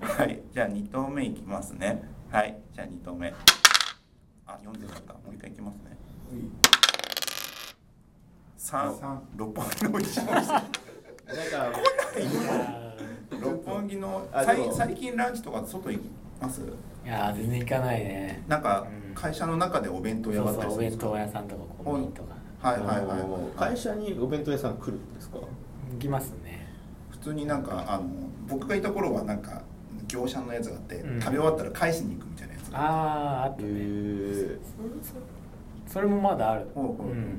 はいじゃあ2投目いきますねはいじゃあ2投目あ読んでなかったもう一回いきますね三三六本木の打ち直しなんか六本木のあさでいも最近ランチとか外行きますいやー全然行かないねなんかうん会社の中でお弁当そうやがったそりうおするんです弁か当屋さんとかコンビニとかはいはいはいはい会社にお弁当屋さん来るんですか行きますね普通になんかあの僕がいた頃はなんか業者のやつがあって、うん食べ終わったら返しに行くみたいなやつがあっあああっへたねえそれもまだあるてほうほうほうほううん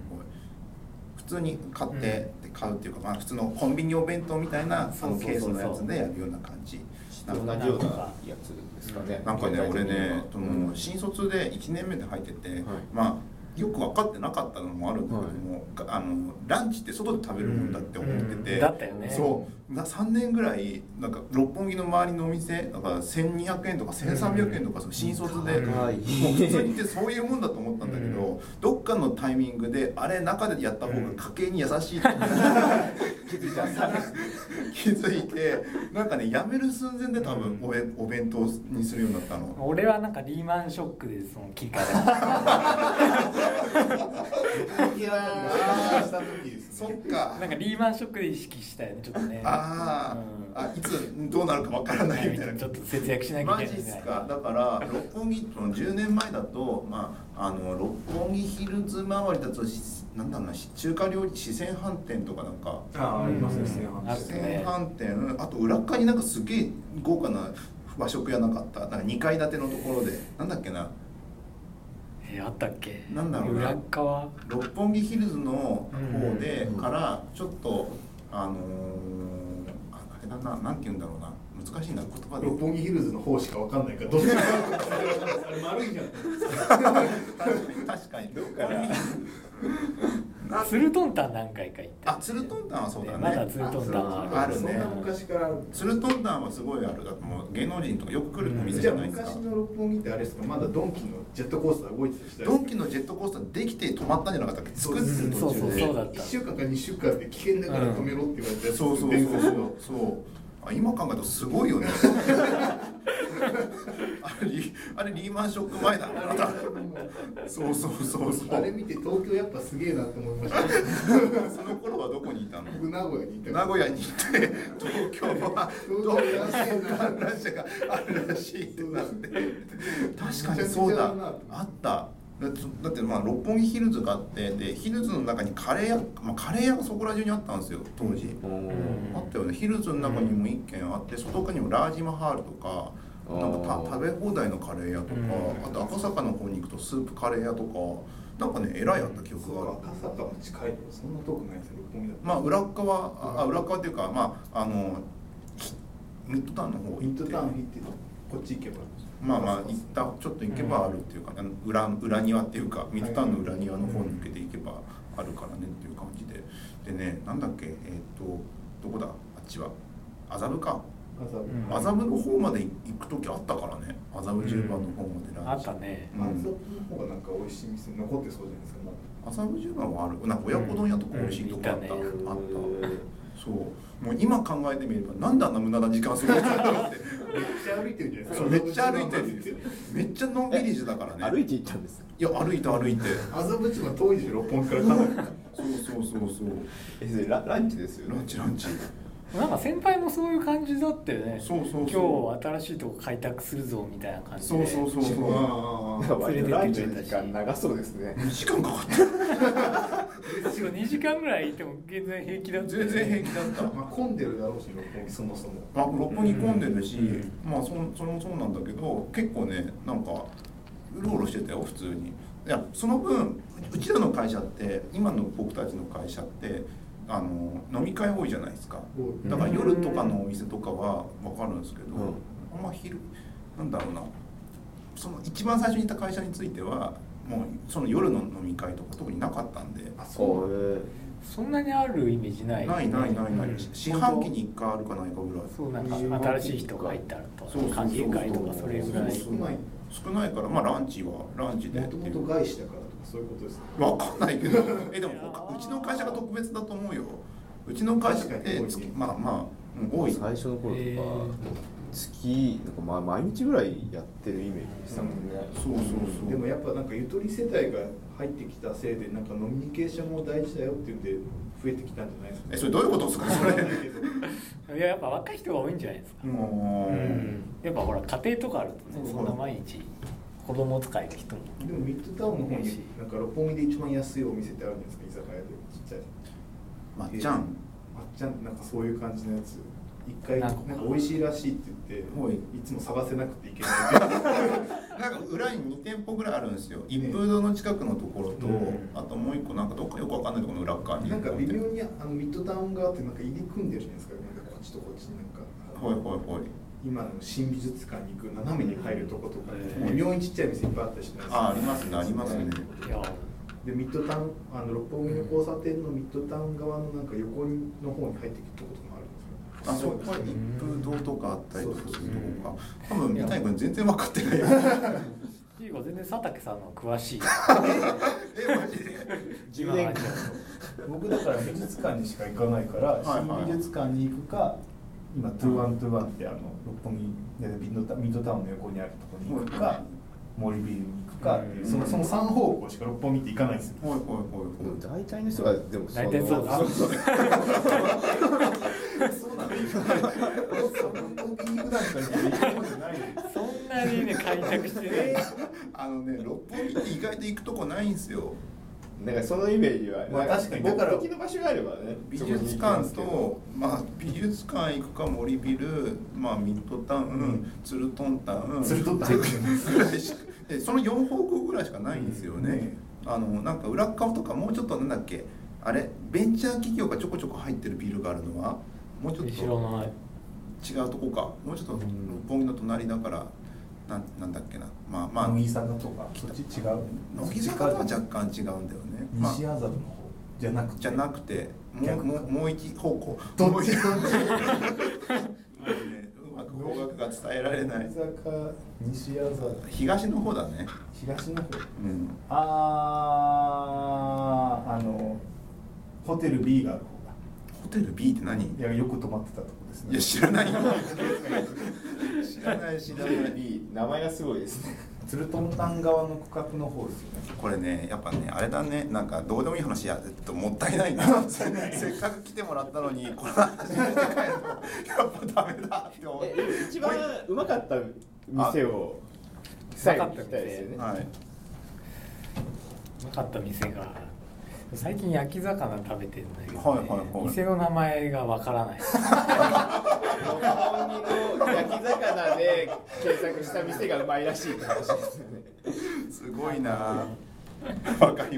普通に買って、うんで買うっていうか、まあ、普通のコンビニお弁当みたいなあそのうそうそうそうケースのやつでやるような感じ同じようなやつですかねなんかね俺ね、うそんの新卒で1年目で入ってて、まあよく分かってなかったのもあるんだけども、があのランチって外で食べるもんだって思ってて、うんだったよねそうな3年ぐらいなんか六本木の周りのお店だから1200円とか1300円とか、その新卒で、も高いう普通にってそういうもんだと思ったんだけど、どっかのタイミングであれ中でやった方が家計に優しいって気づいた 気づいてなんかねやめる寸前で多分おえお弁当にするようになったの。俺はなんかリーマンショックでその切り替え たはした時でそっかなんかリーマンショックで意識したよねちょっとねあうんーあいつどうなるかわからないみたいなちょっと節約しなきゃいマけジないっすかだから六本木の10年前だと、まあ、あの六本木ヒルズ周りだとしなんだろうなし中華料理四川飯店とかなんかあーありますね四うん川あ飯る四ね川飯店あと裏っ側になんかすげえ豪華な和食屋なかったなんか2階建てのところでなんだっけなえあったっけなんだろうな裏側六本木ヒルズの方でうんからちょっとあのー、ああれだななんて言うんだろうな難しいな言葉で六本木ヒルズの方しかわかんないからどっちかあれ丸いじゃん確かに確かにどっからなツルトンタン何回か行ったあツルトンタンはそうだねまだツルトンタンはあるねそんな昔からあるツルトンタンはすごいあるだってもう芸能人とかよく来るお店じじゃあゃないですか昔の六本木ってあれですかまだドンキのジェットコースター動いてたりしたドンキのジェットコースターできて止まったんじゃなかったっけ作ってる途そ中うでそうだった1週間か2週間で危険だから止めろって言われたやつそうそうそう伝説そうのそうあ今考えるとすごい よねあれリあれリーマンショック前だそうそうそうそうあれ見て東京やっぱすげえなって思いましたその頃はどこにいたの僕名古屋にいた名古屋に行って東京は東京やらせえな観覧車があるらしいってなって確かにそうだあっただってだってまあ六本木ヒルズがあってでヒルズの中にカレー屋、まあ、カレー屋がそこら中にあったんですよ当時、うんあったよねヒルズの中にも1軒あって外側にもラージマハールとかなんかあーた食べ放題のカレー屋とか、うんあと赤坂の方に行くとスープカレー屋とかなんかねえらいあった記憶そがあるう赤坂も近いけどそんな遠くないですよ六本木だまあ裏っ側ああ裏っ側っていうかまああのひミッドタウンの方行ってミッドタウン行ってこっち行けばまあまあ行ったちょっと行けばあるっていうか、あの裏裏庭っていうかミッドタウンの裏庭の方に向けて行けばあるからねっていう感じででねなんだっけえっ、とどこだあっちは麻布か麻布うん麻布の方まで行く時あったからね麻布十番の方まであランっチたねうん麻布の方がなんか美味しい店残ってそうじゃないですかまだ麻布十番はあるなんか親子丼屋とか美味しいとこあった、うんうんあったそうもう今考えてみればなんであんな無駄な時間過ごしたんだ ろうってめっちゃ歩いてるじゃないですそかうめっちゃ歩いてるめっちゃのんびりしてたからね歩いてて行ったんですいや歩いて歩いて麻布地は遠いでしょ六本木からかなりそうそうそうそうえそれラランチですよランチランチなんか先輩もそういう感じだったよねそうそうそう今日新しいとこ開拓するぞみたいな感じそうでそうそうそうあなんか割とランチの時連れてってくれ間長そうですね2時間かかったそう2時間ぐらいいても全然平気だったよ全ね然平気だった あまあ混んでるだろうし六本木そもそもあ六本木混んでるし、うんまあそそれもそうなんだけど結構ねなんかうろうろしてたよ普通にいやその分うちらの会社って今の僕たちの会社ってあの飲み会多いじゃないですかだから夜とかのお店とかは分かるんですけど、うんあんま昼なんだろうなその一番最初にいた会社についてはもうその夜の飲み会とか特になかったんであそうそうそんなにあるイメージないないないないない、うん四半期に1回あるかないかぐらいそうなんか新しい人が入ったらとそうそうそう歓迎会とかそれぐらいそうそう少ないからまあランチはランチでっもてといもうと外資だからとかそういうことですねわかんないけ どえでも他うちの会社が特別だと思うようちの会社っ確かてに多いねまあまあうん多い最初の頃とか、へーもう月なんかまあ毎日ぐらいやってるイメージでしたもんね、そうそうそうでもやっぱなんかゆとり世代が入ってきたせいでなんかノミニケーションも大事だよって言って増えてきたんじゃないですか、えそれどういうことですかそわかれんないけどいややっぱ若い人が多いんじゃないですか、もやっぱほら家庭とかあるとそうねそうそんな毎日子供使いの人も でもミッドタウンの方になんか六本木で一番安いお店ってあるんですか居酒屋でちっちゃいまっちゃんあっちゃんなんかそういう感じのやつ一回ななんんかか美味しいらしいって言って、はいい、つも探せなくていけないなんか裏に2店舗ぐらいあるんですよ一風堂の近くのところと、うんあともう一個なんかどっかよくわかんないところの裏っ側になんか微妙にあのミッドタウン側ってなんか入り組んでるじゃないですかなんかこっちとこっちになんか、ほいほいほい今の新美術館に行く斜めに入るとことか、うん微妙にちっちゃい店いっぱいあったりしてあありますねありますねいやでミッドタウンあの六本木の交差点のミッドタウン側のなんか横の方に入ってきたこともあるんですよあそうこれ一風堂とかあったりとかするとこか多分三谷君全然分かってないいい子全然佐竹さんの 詳しいえマジで今の話だと僕だから美術館にしか行かないからいはい新美術館に行くか今2121ってあの六本木でミッドタミッドタウンの横にあるところに行くはか森ビルに行くかっていううんそのその3方向しか六本木って行かないんですよほいほいでも大体の人がでもそ の大体そうだあそうそう なんですよ。六本木に普段から行くことないよそんなにね開拓してないあのね六本木って意外と行くとこないんですよなんかそのイメージは、まあ確かにだだかからら目的の場所があればね美そこに行術きます館けどと、まあ、美術館行くか森ビル、まあ、ミッドタウン、ツルトンタウンツルトンタウンぐらいしかでその4方向ぐらいしかないんですよね、あのなんか裏っ側とかもうちょっとなんだっけあれベンチャー企業がちょこちょこ入ってるビルがあるのはもうちょっ後ろとの違うとこかもうちょっと六本木の隣だからなんなんだっけなまあまあ乃乃木坂とかそっち違う木坂とは若干違うんだよね、まあ西、麻布の方じゃなくてじゃなくてもう逆もうもう一方向ど っちもう一うまく方角が伝えられない乃木坂西麻布東の方だね東の方うんあーあのホテル B がある方ホテル B って何いだいやよく泊まってたとこですねや知らないよ知らない知らない B 名前がすごいですねツルトンタン側の区画の方ですよねこれねやっぱねあれだねなんかどうでもいい話やるともったいないなせっかく来てもらったのにこの話して帰るとやっぱダメだって思っえて一番うまかった店を最後に聞きたいですよねはいなかった店が最近焼き魚食べてるんだけど、ねはいはいはい店の名前がわからない六本木の焼き魚で検索した店がうまいらしいって話ですよねすごいなわかりま